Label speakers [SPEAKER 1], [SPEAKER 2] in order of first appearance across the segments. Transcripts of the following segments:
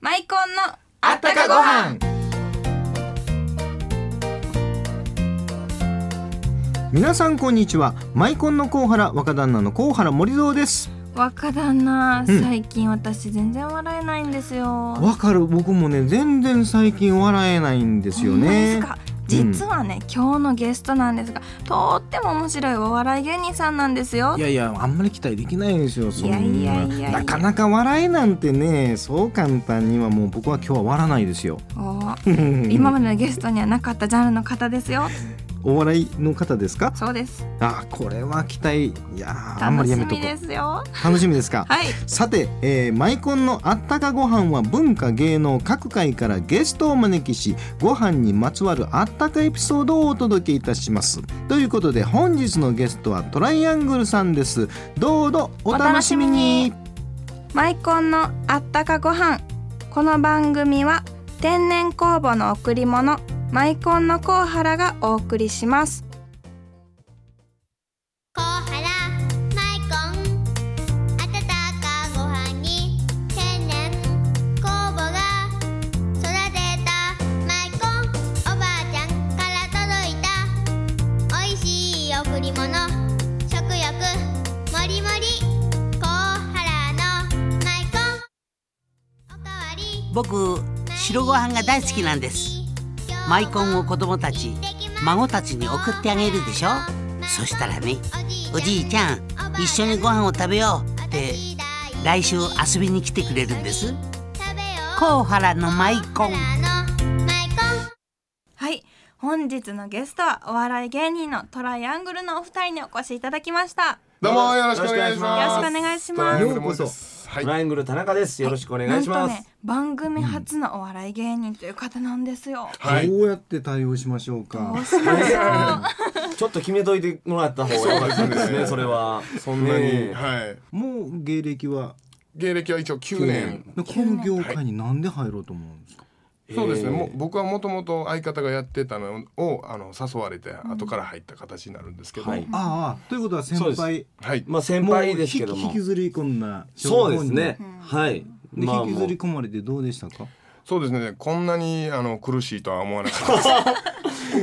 [SPEAKER 1] マイコンの
[SPEAKER 2] あったかご飯
[SPEAKER 3] 皆さんこんにちはマイコンのコウハラ若旦那のコウハラ森蔵です
[SPEAKER 1] 若旦那、
[SPEAKER 3] うん
[SPEAKER 1] 最近私全然笑えないんですよ
[SPEAKER 3] わかる僕もね全然最近笑えないんですよ
[SPEAKER 1] ほんまです
[SPEAKER 3] ね
[SPEAKER 1] か実はね、今日のゲストなんですがとっても面白いお笑い芸人さんなんですよ
[SPEAKER 3] いやいやあんまり期待できないですよそんない
[SPEAKER 1] やいやいやいや
[SPEAKER 3] なかなか笑いなんてねそう簡単にはもう僕は今日は笑わないですよ
[SPEAKER 1] おー今までのゲストにはなかったジャンルの方ですよ
[SPEAKER 3] お笑いの方ですか
[SPEAKER 1] そうです
[SPEAKER 3] あこれは期待いやーあん
[SPEAKER 1] 楽
[SPEAKER 3] まり
[SPEAKER 1] し
[SPEAKER 3] やめとこ
[SPEAKER 1] み
[SPEAKER 3] う
[SPEAKER 1] ですよ
[SPEAKER 3] 楽しみですか
[SPEAKER 1] はい
[SPEAKER 3] さて、えーマイコンのあったかご飯は文化芸能各界からゲストをお招きしご飯にまつわるあったかエピソードをお届けいたしますということで本日のゲストはトライアングルさんですどうぞお楽しみに
[SPEAKER 1] マイコンのあったかご飯この番組は天然酵母の贈り物マイコンのコウハラがお送りします
[SPEAKER 4] コウハラマイコン温かご飯に天然酵母が育てたマイコンおばあちゃんから届いたおいしい贈り物食欲もりもりコウハラのマイコンおかわり
[SPEAKER 5] 僕白ご飯が大好きなんですマイコンを子供たち孫たちに送ってあげるでしょそしたらねおじいちゃん一緒にご飯を食べようって来週遊びに来てくれるんです甲原のマイコン
[SPEAKER 1] はい本日のゲストはお笑い芸人のトライアングルのお二人にお越しいただきました
[SPEAKER 2] どうもよろしくお願いします。
[SPEAKER 1] よろしくお願いします
[SPEAKER 2] トライアングルモーですは
[SPEAKER 6] ト
[SPEAKER 2] い。
[SPEAKER 6] ライアングル田中です。よろしくお願いします。
[SPEAKER 1] なんとね番組初のお笑い芸人という方なんですよ、
[SPEAKER 2] はい。
[SPEAKER 3] どうやって対応しましょうか
[SPEAKER 1] どうしましょ
[SPEAKER 6] ちょっと決めといてもらった方が良かったですね。それはそんなに。
[SPEAKER 2] はい。
[SPEAKER 3] もう芸歴は
[SPEAKER 2] 芸歴は一応9年。
[SPEAKER 3] この業界になんで入ろうと思うんですか、
[SPEAKER 2] そうですね。もう僕はもともと相方がやってたのをあの誘われて後から入った形になるんですけど。
[SPEAKER 6] は
[SPEAKER 2] はいい。
[SPEAKER 3] ああということは先
[SPEAKER 6] そう
[SPEAKER 3] 輩
[SPEAKER 6] まあ先輩ですけ
[SPEAKER 3] も
[SPEAKER 6] ど
[SPEAKER 3] う引
[SPEAKER 6] も
[SPEAKER 3] き引き。ずり込んだ
[SPEAKER 6] そうですね
[SPEAKER 3] で。
[SPEAKER 6] はい。まあ
[SPEAKER 3] 引きずり
[SPEAKER 6] も
[SPEAKER 3] 込まれてどうでしたか
[SPEAKER 2] そうですね。こんなにあの苦しいとは思わなかったです。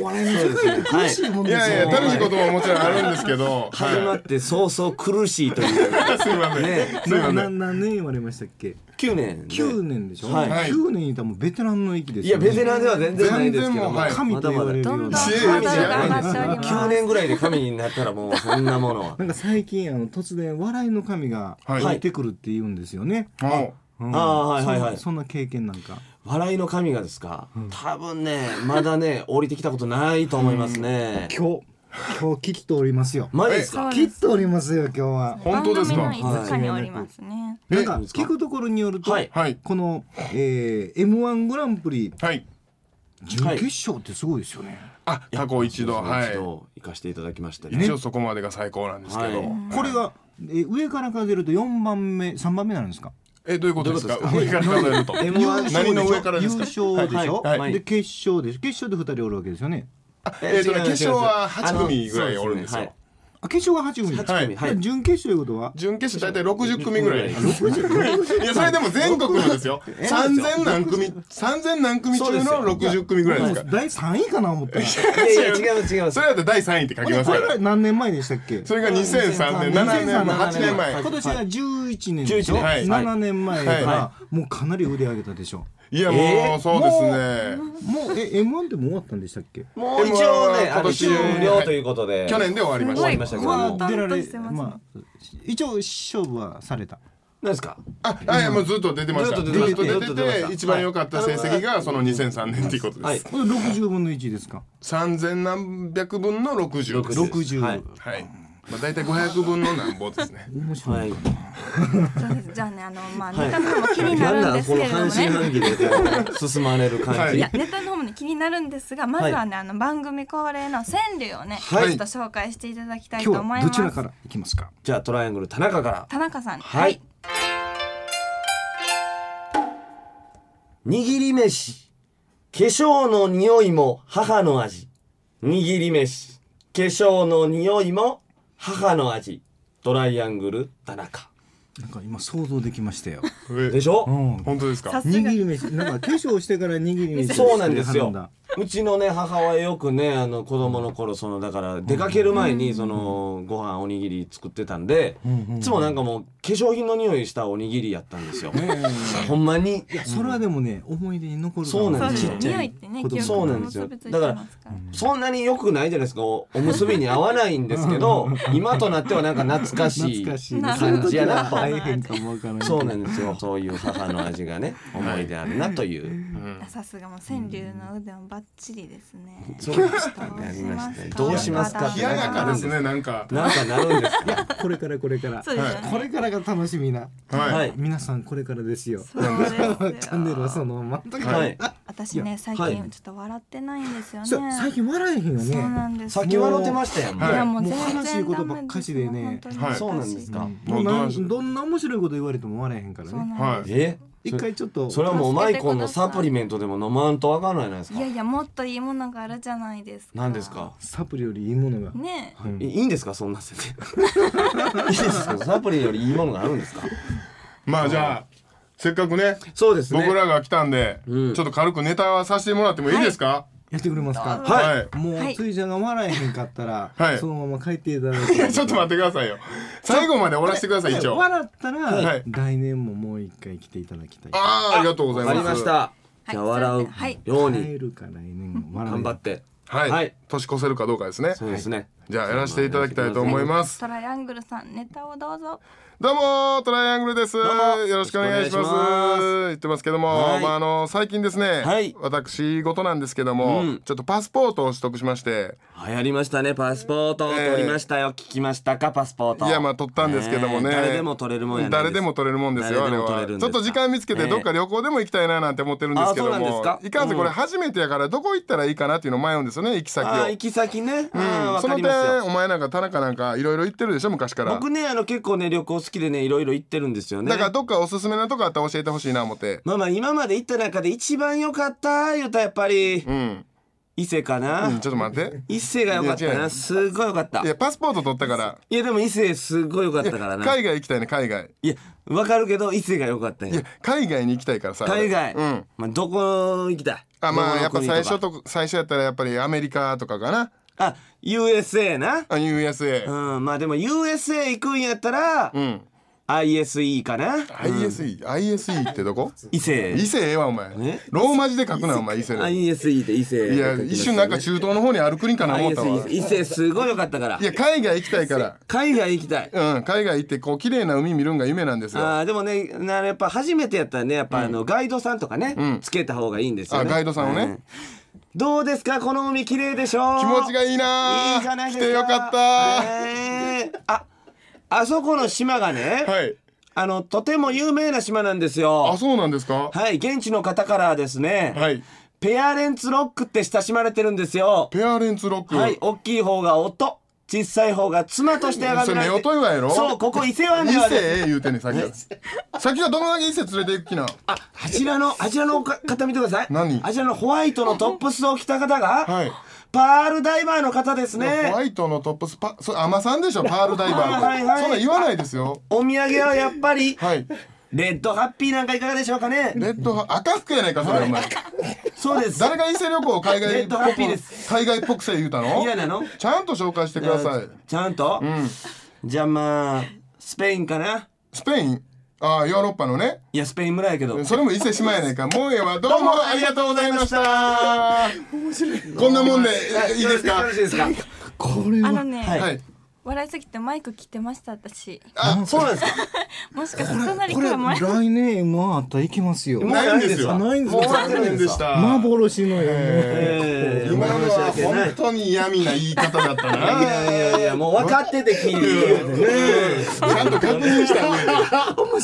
[SPEAKER 3] お笑いの 世界って苦しいもん
[SPEAKER 2] い
[SPEAKER 3] ですよ、
[SPEAKER 2] やいや楽しいことももちろんあるんですけど。
[SPEAKER 6] う始まっ
[SPEAKER 2] は
[SPEAKER 6] て早々苦しいという。
[SPEAKER 2] い。すみません。
[SPEAKER 6] ね
[SPEAKER 2] すみませ。
[SPEAKER 3] なん何年言われましたっけ
[SPEAKER 6] 9年。
[SPEAKER 3] 九。年でしょ、
[SPEAKER 6] は
[SPEAKER 3] はい
[SPEAKER 2] はい
[SPEAKER 3] 9年いたらもうベテランの域です
[SPEAKER 6] いや
[SPEAKER 3] よ、ね、
[SPEAKER 6] ベテランでは全然ないですけ
[SPEAKER 2] 全然
[SPEAKER 6] ども。
[SPEAKER 2] もうはい
[SPEAKER 3] 神と言われるよ
[SPEAKER 1] ど
[SPEAKER 3] うん
[SPEAKER 1] どん
[SPEAKER 3] な
[SPEAKER 1] ハ
[SPEAKER 2] 知恵
[SPEAKER 1] ードル
[SPEAKER 2] じゃ
[SPEAKER 1] が
[SPEAKER 2] な
[SPEAKER 1] 上
[SPEAKER 2] い
[SPEAKER 1] がっております
[SPEAKER 6] 9年ぐらいで神になったらもうそんなものは
[SPEAKER 3] な。んか最近あの突然笑いの神が
[SPEAKER 2] はい
[SPEAKER 3] 入ってくるって言うんですよね、
[SPEAKER 2] も
[SPEAKER 3] うん
[SPEAKER 6] ああはいはいはい
[SPEAKER 3] そんそんな経験なんか
[SPEAKER 6] 笑いの神がですか。多分ねま だね降りてきたことないと思いますね。
[SPEAKER 3] 今日今日聞きておりますよ
[SPEAKER 6] マジですか。
[SPEAKER 1] そう
[SPEAKER 3] 切
[SPEAKER 1] で
[SPEAKER 3] っ
[SPEAKER 1] す
[SPEAKER 3] ておりますよ今日は
[SPEAKER 2] 本当ですか
[SPEAKER 1] 番組の一つにおりますね、
[SPEAKER 2] え
[SPEAKER 3] なんか聞くところによると、
[SPEAKER 6] はい
[SPEAKER 2] はい
[SPEAKER 3] この、えー、M1 グランプリ
[SPEAKER 2] うはい。
[SPEAKER 3] 準決勝ってすごいですよね、
[SPEAKER 2] あ過去一度は
[SPEAKER 6] 一
[SPEAKER 2] い。
[SPEAKER 6] 度行かせていただきましたね。
[SPEAKER 2] 一応そこまでが最高なんですけ
[SPEAKER 6] はい
[SPEAKER 2] ど。
[SPEAKER 3] これが、えー上から数えると4番目3番目なんですか
[SPEAKER 2] えどういうことですか。
[SPEAKER 6] どう
[SPEAKER 2] 上から数えると。
[SPEAKER 3] 優
[SPEAKER 6] M1
[SPEAKER 3] 勝
[SPEAKER 2] 何の上からですか
[SPEAKER 3] 優勝でしょ、
[SPEAKER 6] はいはい
[SPEAKER 3] で決勝でしょ決勝で2人おるわけですよね
[SPEAKER 2] えーとね
[SPEAKER 6] 違う
[SPEAKER 2] 決勝は
[SPEAKER 6] 違う違
[SPEAKER 2] 8組
[SPEAKER 6] う
[SPEAKER 2] ぐらいおるんですよ
[SPEAKER 6] あの
[SPEAKER 3] あ決勝が8組
[SPEAKER 6] そうですね
[SPEAKER 2] は
[SPEAKER 6] はいい。8組はい。
[SPEAKER 3] 準決勝いうことは
[SPEAKER 2] 準決勝大体60組ぐらい。い
[SPEAKER 6] 60
[SPEAKER 2] や、それでも全国のですよ。3000何組、3000何組中の60組ぐらいですから。
[SPEAKER 3] 第3位かな思った ら
[SPEAKER 6] いやいや違います違います
[SPEAKER 2] そ。れだって第3位って書きます
[SPEAKER 3] こ
[SPEAKER 2] か
[SPEAKER 3] れ
[SPEAKER 2] ら
[SPEAKER 3] が。何年前でしたっけ
[SPEAKER 2] それが2003年、7年前、8年前
[SPEAKER 3] 今。年が11年でし
[SPEAKER 6] 11
[SPEAKER 3] ょ、
[SPEAKER 6] 年
[SPEAKER 2] はい
[SPEAKER 3] 7年前だから、
[SPEAKER 2] は
[SPEAKER 3] もうかなり腕上げたでしょ
[SPEAKER 2] いや、もうそうですね。
[SPEAKER 3] もうえ M1 でも終わったんでしたっけ
[SPEAKER 6] もう一応ね
[SPEAKER 2] M1
[SPEAKER 6] あの終了ということで。
[SPEAKER 2] 去年で終わりま
[SPEAKER 6] 終
[SPEAKER 2] し
[SPEAKER 6] わり
[SPEAKER 2] た。
[SPEAKER 6] ましたけど
[SPEAKER 3] ま
[SPEAKER 6] も。
[SPEAKER 3] あ出ら
[SPEAKER 1] 淡々と
[SPEAKER 3] れ
[SPEAKER 1] してますね
[SPEAKER 3] まあ一応勝負はされた
[SPEAKER 6] 何ですか。
[SPEAKER 2] あ、あいや、もうずっと出てました。ず
[SPEAKER 6] ず
[SPEAKER 2] っ
[SPEAKER 6] っ
[SPEAKER 2] と
[SPEAKER 6] と
[SPEAKER 2] 出て
[SPEAKER 6] 出
[SPEAKER 2] て
[SPEAKER 6] ててずっと出てました
[SPEAKER 2] 一番良かった成績がその2003年っていうこと
[SPEAKER 6] は
[SPEAKER 2] で
[SPEAKER 6] い
[SPEAKER 2] す。。
[SPEAKER 3] これ60分の1ですか
[SPEAKER 2] 3000何百分の60です。
[SPEAKER 6] 60
[SPEAKER 3] 60、
[SPEAKER 6] はい
[SPEAKER 2] はい。まあ大体500分の何ぼですね。
[SPEAKER 3] 面白い、
[SPEAKER 6] はい。
[SPEAKER 1] そうですじゃあねあのまあ
[SPEAKER 6] はい
[SPEAKER 1] ネタの方も気になるんですけれども
[SPEAKER 6] なんだこの半
[SPEAKER 1] ね
[SPEAKER 6] 信半疑でこう進まれる感
[SPEAKER 2] はい
[SPEAKER 6] じ。
[SPEAKER 1] いやネタの方もね気になるんですがまずはね、あの番組恒例の川柳をね、
[SPEAKER 6] はい
[SPEAKER 1] ちょっと紹介していただきたいと
[SPEAKER 3] 今
[SPEAKER 1] 思い
[SPEAKER 3] 日は
[SPEAKER 1] ます
[SPEAKER 3] どちらからいきますか
[SPEAKER 6] じゃあトライアングル田中から。
[SPEAKER 1] 田中さん
[SPEAKER 6] はい。握り飯。化粧の匂いも母の味。握り飯。化粧の匂いも母の味。トライアングル田中。
[SPEAKER 3] なんか今想像できましたよ。
[SPEAKER 6] でしょ、
[SPEAKER 3] うん。
[SPEAKER 2] 本当ですか
[SPEAKER 1] さすが
[SPEAKER 3] 握り飯なんか化粧してから握り飯
[SPEAKER 6] そうなんです
[SPEAKER 3] しては
[SPEAKER 6] よ
[SPEAKER 3] るんだ。
[SPEAKER 6] うちのね母はよくねあの子供の頃そのだから出かける前にそのご飯おにぎり作ってたんでいつもなんかもう化粧品の匂いしたおにぎりやったんですよ。ほんまに
[SPEAKER 3] いやそれはでもね思い出に残る
[SPEAKER 6] そうなんです
[SPEAKER 3] ち
[SPEAKER 6] よ
[SPEAKER 3] っちゃ
[SPEAKER 1] 匂い
[SPEAKER 3] い
[SPEAKER 1] ってね
[SPEAKER 3] 子供
[SPEAKER 1] 記憶
[SPEAKER 6] そうなんですよ
[SPEAKER 1] に結びついてますから
[SPEAKER 6] そんなに良くないじゃないですかおおむすびに合わないんですけど今となってはなんか懐かしい
[SPEAKER 3] 懐かしい
[SPEAKER 6] 感じやなと
[SPEAKER 3] 大変かもわからない
[SPEAKER 6] そうなんですよそういう母の味がね思い出あるなという
[SPEAKER 1] あさすがもう川柳の腕もバッチリですね。
[SPEAKER 6] そうでしたねありましたねどうしますかって
[SPEAKER 2] 冷ややかですねなんか
[SPEAKER 6] なんかなるんですよ。
[SPEAKER 3] これからこれから
[SPEAKER 1] そうですよね
[SPEAKER 3] これからが楽しみな
[SPEAKER 2] はい、
[SPEAKER 6] はい
[SPEAKER 3] 皆さんこれからですよチ
[SPEAKER 1] そうですよ
[SPEAKER 3] ャンネルはそのまま
[SPEAKER 6] はい
[SPEAKER 1] 私ね最
[SPEAKER 6] は
[SPEAKER 1] 近
[SPEAKER 6] い
[SPEAKER 1] ちょっと笑ってないんですよね。
[SPEAKER 3] そう最近笑えへんよ
[SPEAKER 1] そうな
[SPEAKER 3] ね
[SPEAKER 1] んです
[SPEAKER 6] さ
[SPEAKER 1] よ。
[SPEAKER 6] っき笑ってましたやん。
[SPEAKER 1] い
[SPEAKER 2] は
[SPEAKER 1] やもう
[SPEAKER 3] もう
[SPEAKER 1] 全然
[SPEAKER 3] 悲しいことばっかしでね
[SPEAKER 1] ダメす
[SPEAKER 2] はい
[SPEAKER 6] そうなんです。か。
[SPEAKER 3] もう
[SPEAKER 2] もう
[SPEAKER 3] な
[SPEAKER 2] どうなん
[SPEAKER 3] どんな面白いこと言われても笑えへんから
[SPEAKER 1] そうなん
[SPEAKER 3] ね
[SPEAKER 1] です
[SPEAKER 2] はい
[SPEAKER 6] え
[SPEAKER 3] 一回ちょっと
[SPEAKER 6] それはもうマイコンのサプリメントでも飲まんとわかんないじゃないですか
[SPEAKER 1] いや。いやもっといいものがあるじゃないですか。
[SPEAKER 6] 何ですか。
[SPEAKER 3] サプリよりいいものが
[SPEAKER 1] ね
[SPEAKER 6] いいいんです かそんな説明。いいですかサプリよりいいものがあるんですか。
[SPEAKER 2] まあじゃあせっかくね
[SPEAKER 6] そうですね。
[SPEAKER 2] 僕らが来たんで、
[SPEAKER 6] うん
[SPEAKER 2] ちょっと軽くネタはさせてもらってもいいですか
[SPEAKER 3] やってくれますか
[SPEAKER 2] はい、
[SPEAKER 3] も
[SPEAKER 1] は
[SPEAKER 3] う
[SPEAKER 1] い
[SPEAKER 3] ついちゃんが笑えへんかったら
[SPEAKER 2] はい
[SPEAKER 3] そのまま帰っていただ
[SPEAKER 2] いや
[SPEAKER 3] い
[SPEAKER 2] ちょってと待ってくださいよ最後まで終わらせてください一応あ
[SPEAKER 3] 笑った
[SPEAKER 2] は
[SPEAKER 3] ら
[SPEAKER 2] い
[SPEAKER 3] 来年ももう一回来ていただきたい
[SPEAKER 2] あーありがとうござい
[SPEAKER 6] あ
[SPEAKER 2] ます
[SPEAKER 6] りました。
[SPEAKER 1] はい
[SPEAKER 6] じゃあ笑
[SPEAKER 1] はい
[SPEAKER 6] うんよう
[SPEAKER 3] 帰
[SPEAKER 6] に
[SPEAKER 3] るか来年も笑え
[SPEAKER 6] 頑張って。
[SPEAKER 2] はい、
[SPEAKER 6] はい
[SPEAKER 2] 年越せるかどうかですね
[SPEAKER 6] そうですね。
[SPEAKER 2] じゃあやらせていただきたいと思います
[SPEAKER 1] トライアングルさんネタをどうぞ。
[SPEAKER 2] どうもートライアングルですよ
[SPEAKER 6] うも
[SPEAKER 2] ろしくお願いします
[SPEAKER 6] よろしくお願いします
[SPEAKER 2] 言ってますけども、
[SPEAKER 6] はい
[SPEAKER 2] まああの最近ですね、
[SPEAKER 6] はい
[SPEAKER 2] 私事なんですけども、
[SPEAKER 6] うん
[SPEAKER 2] ちょっとパスポートを取得しまして
[SPEAKER 6] 流行りましたねパスポート取りましたよ聞きましたかパスポー
[SPEAKER 2] い
[SPEAKER 6] ト。
[SPEAKER 2] やまあ取ったんですけどもね、
[SPEAKER 6] えー誰でも取れるもんやないです
[SPEAKER 2] 誰でも取れるもんですよあ
[SPEAKER 6] 誰
[SPEAKER 2] れ
[SPEAKER 6] でも取
[SPEAKER 2] は
[SPEAKER 6] れ
[SPEAKER 2] ち
[SPEAKER 6] る
[SPEAKER 2] ょ
[SPEAKER 6] ん
[SPEAKER 2] っ
[SPEAKER 6] ですか
[SPEAKER 2] と時間見つけて
[SPEAKER 6] ね
[SPEAKER 2] どっか旅行でも行きたいななんて思ってるんですけど
[SPEAKER 6] あそう
[SPEAKER 2] も
[SPEAKER 6] なんですか
[SPEAKER 2] いかんせん
[SPEAKER 6] うん
[SPEAKER 2] これ初めてやからどこ行ったらいいかなっていうの迷うんですよね行き先を
[SPEAKER 6] あー行き先ね。うん
[SPEAKER 2] うん
[SPEAKER 6] わ
[SPEAKER 2] そ
[SPEAKER 6] か
[SPEAKER 2] の
[SPEAKER 6] ります
[SPEAKER 2] 点
[SPEAKER 6] よ。
[SPEAKER 2] お前なんか田中なんかいろいろ行ってるでしょ昔から
[SPEAKER 6] 僕ねあの結構ね旅行好きでねいろいろ行ってるんですよね。
[SPEAKER 2] だからどっかおすすめなとこあったら教えてほしいな思って
[SPEAKER 6] まあまあ今まで行った中で一番良かった言うたらやっぱり
[SPEAKER 2] うん、
[SPEAKER 6] 伊勢か
[SPEAKER 2] う
[SPEAKER 6] な、
[SPEAKER 2] ん、ちょっと待って
[SPEAKER 6] 伊勢が良かった
[SPEAKER 2] いや違
[SPEAKER 6] な
[SPEAKER 2] う
[SPEAKER 6] すごい良かった
[SPEAKER 2] い
[SPEAKER 6] いや
[SPEAKER 2] やパスポート取ったから
[SPEAKER 6] でも伊勢すごい良かったからない
[SPEAKER 2] 海外行きたいね海外
[SPEAKER 6] やわかるけど伊勢が良かったん
[SPEAKER 2] い
[SPEAKER 6] や
[SPEAKER 2] や海外に行きたいからさ
[SPEAKER 6] 海外、
[SPEAKER 2] うん
[SPEAKER 6] まあ、どこ行きたい
[SPEAKER 2] あまあや
[SPEAKER 6] ど
[SPEAKER 2] っ
[SPEAKER 6] こ
[SPEAKER 2] ぱ
[SPEAKER 6] の
[SPEAKER 2] 最
[SPEAKER 6] 国
[SPEAKER 2] 初と最初やったらやっぱりアメリカとかかな
[SPEAKER 6] あ USA な
[SPEAKER 2] あ USA
[SPEAKER 6] うんまあでも USA 行くんやったら、
[SPEAKER 2] うん、
[SPEAKER 6] ISE かな
[SPEAKER 2] ISE、ISE ってどこ
[SPEAKER 6] 伊勢
[SPEAKER 2] 伊勢ええわお前
[SPEAKER 6] え
[SPEAKER 2] ローマ字で書くなお前伊勢で
[SPEAKER 6] ISE で伊勢
[SPEAKER 2] いや一瞬なんか中東の方にある国かな思ったわ
[SPEAKER 6] ISE 伊勢すごい良かったから
[SPEAKER 2] いや海外行きたいから
[SPEAKER 6] 海外行きたい
[SPEAKER 2] うん海外行ってこう綺麗な海見るんが夢なんですよあ
[SPEAKER 6] あーでもねなやっぱ初めてやったらねやっぱあの、ガイドさんとかね、つけた方がいいんですよね
[SPEAKER 2] ガイドさんをね、
[SPEAKER 6] うんどうですかこの海綺麗でしょ
[SPEAKER 2] 気持ちがいいなー
[SPEAKER 6] いいじゃないで
[SPEAKER 2] 来
[SPEAKER 6] すか
[SPEAKER 2] てよかった
[SPEAKER 6] えーああそこの島がね、
[SPEAKER 2] ーはい
[SPEAKER 6] あのとても有名な島なんですよ
[SPEAKER 2] あそうなんですか
[SPEAKER 6] はい現地の方からですね、
[SPEAKER 2] はい
[SPEAKER 6] ペアレンツロックって親しまれてるんですよ
[SPEAKER 2] ペアレンツロック
[SPEAKER 6] はい大きい方が夫小さい方が妻として崇められて
[SPEAKER 2] それ夫婦岩やろ
[SPEAKER 6] そうここ伊勢湾
[SPEAKER 2] 伊
[SPEAKER 6] ではね
[SPEAKER 2] 勢ええ言うてんねんさっきからさっきはどのだけ伊勢連れて行く気な
[SPEAKER 6] あ、あちらの、あちらのおか方見てください。
[SPEAKER 2] 何
[SPEAKER 6] あちらのホワイトのトップスを着た方が、
[SPEAKER 2] はい
[SPEAKER 6] パールダイバーの方ですね
[SPEAKER 2] ホ。ワイトのトップスパそアマさんでしょパールダイバーって
[SPEAKER 6] はいはいはい
[SPEAKER 2] そんなん言わないですよ
[SPEAKER 6] お土産はやっぱり、
[SPEAKER 2] はい
[SPEAKER 6] レッドハッピーなんかいかがでしょうかね。
[SPEAKER 2] レッドハ赤服やないかそれお前
[SPEAKER 6] そうです。
[SPEAKER 2] 誰が伊勢旅行を海
[SPEAKER 6] レ
[SPEAKER 2] 外
[SPEAKER 6] ッドハッピーです
[SPEAKER 2] 海外っぽくせ言うたの
[SPEAKER 6] 嫌なの
[SPEAKER 2] ちゃんと紹介してください
[SPEAKER 6] ちゃんと、じゃあまあ、スペインかな。
[SPEAKER 2] スペインあーヨーロッパのね
[SPEAKER 6] いや、スペイン村やけど。
[SPEAKER 2] それも伊勢島やないかもうええわどうもありがとうございましたこんなもんでいいですか
[SPEAKER 6] よろしいですか。
[SPEAKER 1] あのね、
[SPEAKER 6] はい
[SPEAKER 2] はい
[SPEAKER 1] 笑いすぎてマイク切ってました私。
[SPEAKER 2] あ
[SPEAKER 6] そうなんですか。
[SPEAKER 1] もしかして隣
[SPEAKER 3] こ
[SPEAKER 1] か
[SPEAKER 3] れ
[SPEAKER 1] らマイク。
[SPEAKER 3] 来年もあったら行きますよ
[SPEAKER 2] ないんですよ
[SPEAKER 3] あないんです
[SPEAKER 6] もう
[SPEAKER 3] か
[SPEAKER 6] 終わってるんですか。
[SPEAKER 2] た
[SPEAKER 3] 幻のよ
[SPEAKER 6] えー
[SPEAKER 2] 今のは
[SPEAKER 6] 申し訳ない
[SPEAKER 2] 本当に闇な言い方だった
[SPEAKER 6] い
[SPEAKER 2] な。
[SPEAKER 6] やいやいや、もう分かってて聞いてる。
[SPEAKER 2] ちゃんと確認した上で。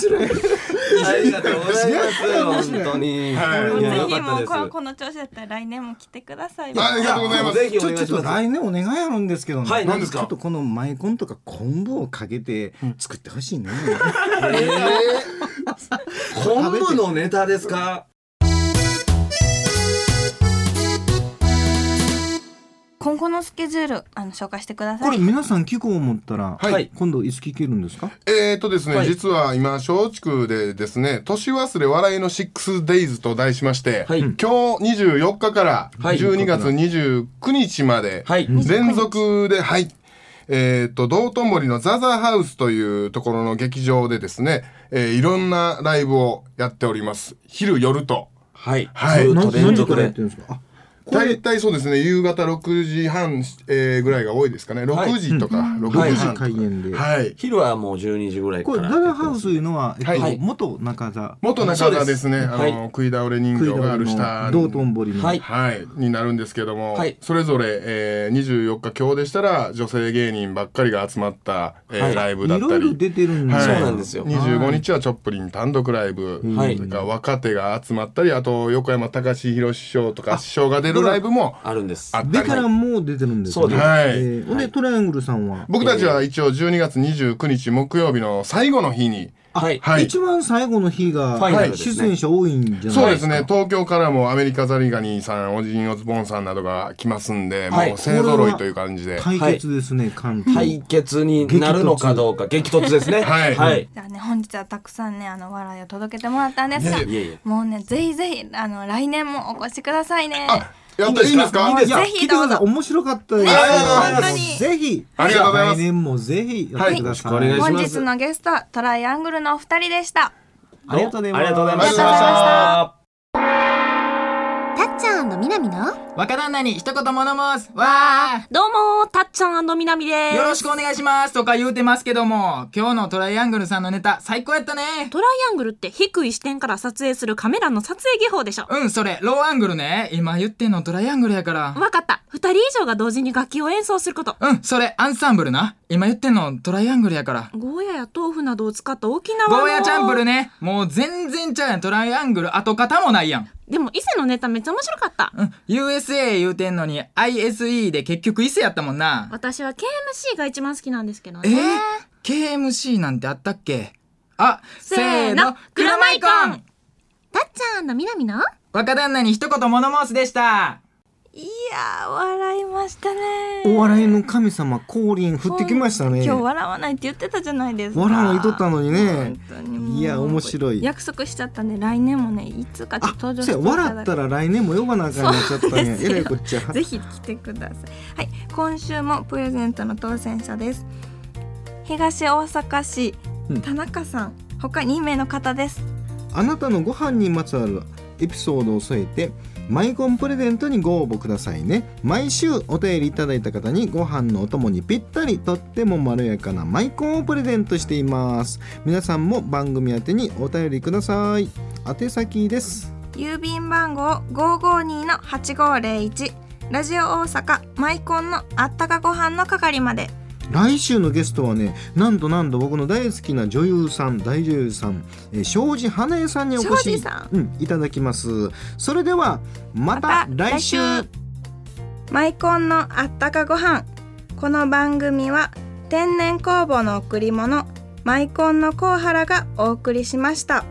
[SPEAKER 6] ありがとうございます。本当に。
[SPEAKER 2] はい
[SPEAKER 6] いや
[SPEAKER 1] ぜ
[SPEAKER 6] よか
[SPEAKER 1] ひ
[SPEAKER 6] った
[SPEAKER 1] も
[SPEAKER 6] で
[SPEAKER 1] う
[SPEAKER 6] す
[SPEAKER 1] このこの調子だったら来年も来てください。
[SPEAKER 2] ありがとうございます。
[SPEAKER 6] ぜひお
[SPEAKER 3] ち
[SPEAKER 6] 願
[SPEAKER 3] ょ
[SPEAKER 6] い
[SPEAKER 3] ちょっ
[SPEAKER 6] しま
[SPEAKER 3] と
[SPEAKER 6] す。
[SPEAKER 3] 来年お願いあるんですけどね
[SPEAKER 6] はい何です
[SPEAKER 3] ち
[SPEAKER 6] か
[SPEAKER 3] ょっとこのマイコンとか昆布をかけて作ってほしいね、
[SPEAKER 6] 昆布のネタですか
[SPEAKER 1] 今後のスケジュールあの紹介してください
[SPEAKER 3] これ皆さん聞こう思ったら、
[SPEAKER 2] はい
[SPEAKER 3] 今度いつ聞けるんですか
[SPEAKER 2] えー、とですね、
[SPEAKER 6] はい
[SPEAKER 2] 実は今松竹でですね「年忘れ笑いの 6days」と題しまして、
[SPEAKER 6] はい
[SPEAKER 2] 今日24日から
[SPEAKER 6] はい
[SPEAKER 2] 12月29日まで
[SPEAKER 6] はい
[SPEAKER 2] 連続で、はいえー、と道頓堀のザザハウスというところの劇場でですね、えーいろんなライブをやっております昼夜と。
[SPEAKER 6] はい、
[SPEAKER 2] はい
[SPEAKER 6] ずっ
[SPEAKER 3] 何
[SPEAKER 6] と連
[SPEAKER 3] 何時
[SPEAKER 6] 続
[SPEAKER 3] からやっ
[SPEAKER 6] で
[SPEAKER 3] てるんですかあこれ
[SPEAKER 2] 大体そうですね夕方6時半、えーぐらいが多いですかね
[SPEAKER 6] はい
[SPEAKER 2] 6時とか6時半とか、
[SPEAKER 3] 開演で、
[SPEAKER 2] はい、
[SPEAKER 6] 昼はもう12時ぐらいか
[SPEAKER 3] これ
[SPEAKER 6] ら
[SPEAKER 3] ダラハウスというのは、えっと
[SPEAKER 2] はい
[SPEAKER 3] 元中田
[SPEAKER 2] 元中田ですね
[SPEAKER 6] そうです
[SPEAKER 2] あの、
[SPEAKER 6] はい
[SPEAKER 2] 食い倒れ人
[SPEAKER 3] クイ
[SPEAKER 2] 形
[SPEAKER 3] ダ
[SPEAKER 2] がある
[SPEAKER 3] の
[SPEAKER 2] 下
[SPEAKER 3] 道頓堀の、
[SPEAKER 6] はい
[SPEAKER 2] はい、になるんですけども、
[SPEAKER 6] はい
[SPEAKER 2] それぞれ、えー、24日今日でしたら女性芸人ばっかりが集まった、えー
[SPEAKER 6] はい
[SPEAKER 2] ライブ
[SPEAKER 3] い
[SPEAKER 2] だった
[SPEAKER 3] ろいろ
[SPEAKER 2] り。
[SPEAKER 3] 出てるんで、
[SPEAKER 2] はい
[SPEAKER 6] そうなんですよ
[SPEAKER 2] 25日はチョップリン単独ライブ、
[SPEAKER 6] はい
[SPEAKER 2] とか若手が集まったりあと横山隆史博師匠とか師匠が出るライブも
[SPEAKER 6] あるんです
[SPEAKER 2] あったり
[SPEAKER 3] でからもう出てるんです
[SPEAKER 6] そうです
[SPEAKER 2] はい
[SPEAKER 3] えーほんでトライアングルさんは、
[SPEAKER 2] 僕たちは一応12月29日木曜日の最後の日に、
[SPEAKER 6] はい
[SPEAKER 2] はい、
[SPEAKER 3] 一番最後の日が、
[SPEAKER 6] ファイナルですね
[SPEAKER 3] 出演者多いんじゃないですか
[SPEAKER 2] そうですね東京からもアメリカザリガニさんオジン・オズボーンさんなどが来ますんで、
[SPEAKER 6] はい
[SPEAKER 2] もう勢ぞろいという感じで
[SPEAKER 3] 対決ですね、関東
[SPEAKER 6] 対決になるのかどうか激突ですね
[SPEAKER 2] はい
[SPEAKER 6] はい、
[SPEAKER 1] じゃあね本日はたくさんねあの笑いを届けてもらったんですが
[SPEAKER 6] いえいえ
[SPEAKER 1] もうねぜひぜひあの来年もお越しくださいね
[SPEAKER 2] あやったいいんですか
[SPEAKER 1] いいん
[SPEAKER 3] いや
[SPEAKER 1] ぜひ
[SPEAKER 3] 聞いてくだ
[SPEAKER 1] ど
[SPEAKER 3] さ
[SPEAKER 1] う
[SPEAKER 3] い
[SPEAKER 1] ぞ
[SPEAKER 3] 面白かったですよ
[SPEAKER 2] ありがとうござい
[SPEAKER 1] 本
[SPEAKER 2] ます
[SPEAKER 1] 当に
[SPEAKER 3] ぜひ
[SPEAKER 2] ありがとうございます
[SPEAKER 3] 来年もぜひやってください、
[SPEAKER 6] はいよろしくお願いします
[SPEAKER 1] 本日のゲストはトライアングルのお二人でした
[SPEAKER 3] ありがとうございます
[SPEAKER 6] ありがとうございま
[SPEAKER 2] ありがとうございま
[SPEAKER 1] した
[SPEAKER 7] たっちゃんみなみの
[SPEAKER 8] わからんなに一言物申す。わ
[SPEAKER 7] どうもたっちゃんみなみで
[SPEAKER 8] ー
[SPEAKER 7] す
[SPEAKER 8] よろしくお願いしますとか言うてますけども、今日のトライアングルさんのネタ最高やったね。
[SPEAKER 7] トライアングルって低い視点から撮影するカメラの撮影技法でしょ
[SPEAKER 8] うん、それ、ローアングルね。今言ってんのトライアングルやから。
[SPEAKER 7] わかった二人以上が同時に楽器を演奏すること
[SPEAKER 8] うん、それ、アンサンブルな。今言ってんのトライアングルやから。
[SPEAKER 7] ゴーヤや豆腐などを使った沖縄の
[SPEAKER 8] ゴーヤチャンプルね。もう全然ちゃうやん。トライアングル跡形もないやん。
[SPEAKER 7] でも伊勢のネタめっちゃ面白かった
[SPEAKER 8] うん、USA 言うてんのに ISE で結局伊勢やったもんな。
[SPEAKER 7] 私は KMC が一番好きなんですけど
[SPEAKER 8] え
[SPEAKER 7] ね
[SPEAKER 8] ー、KMC なんてあったっけあ、せーの、グ
[SPEAKER 7] グラ
[SPEAKER 8] ラ
[SPEAKER 7] マ
[SPEAKER 8] マ
[SPEAKER 7] イ
[SPEAKER 8] イ
[SPEAKER 7] コ
[SPEAKER 8] コ
[SPEAKER 7] ン
[SPEAKER 8] ン
[SPEAKER 7] たっちゃんみなみの
[SPEAKER 8] 若旦那に一言物申すでした。
[SPEAKER 1] いやー笑いましたね
[SPEAKER 3] お笑いの神様降臨降ってきましたね
[SPEAKER 1] 今日笑わないって言ってたじゃないですか
[SPEAKER 3] 笑わないとったのにね
[SPEAKER 1] 本当にもう
[SPEAKER 3] いや面白い
[SPEAKER 1] 約束しちゃったね来年もねいつかちょっ
[SPEAKER 3] あ
[SPEAKER 1] と登場し
[SPEAKER 3] そ
[SPEAKER 1] て
[SPEAKER 3] や
[SPEAKER 1] いただ
[SPEAKER 3] 笑った
[SPEAKER 1] ら
[SPEAKER 3] ら来年も呼ばなあかんなっちゃったね
[SPEAKER 1] そう
[SPEAKER 3] え
[SPEAKER 1] ですよ
[SPEAKER 3] らいこっち ゃ
[SPEAKER 1] ぜひ来てくださいはい今週もプレゼントの当選者です東大阪市
[SPEAKER 3] うん
[SPEAKER 1] 田中さん、他2名の方です
[SPEAKER 3] あなたのご飯にまつわるエピソードを添えてマイコンプレゼントにご応募くださいね毎週お便りいただいた方にご飯のお供にぴったりとってもまろやかなマイコンをプレゼントしています皆さんも番組宛てにお便りください宛先です
[SPEAKER 1] 郵便番号552-8501ラジオ大阪マイコンのあったかご飯の係まで
[SPEAKER 3] 来週のゲストはねなんとなんと僕の大好きな女優さん大女優さん、えー、庄司花江さんにお越
[SPEAKER 1] 庄司
[SPEAKER 3] し
[SPEAKER 1] さ、
[SPEAKER 3] うん、いただきますそれではまた来週
[SPEAKER 1] マイコンのあったかご飯この番組は天然酵母の贈り物マイコンのコウハラがお送りしました。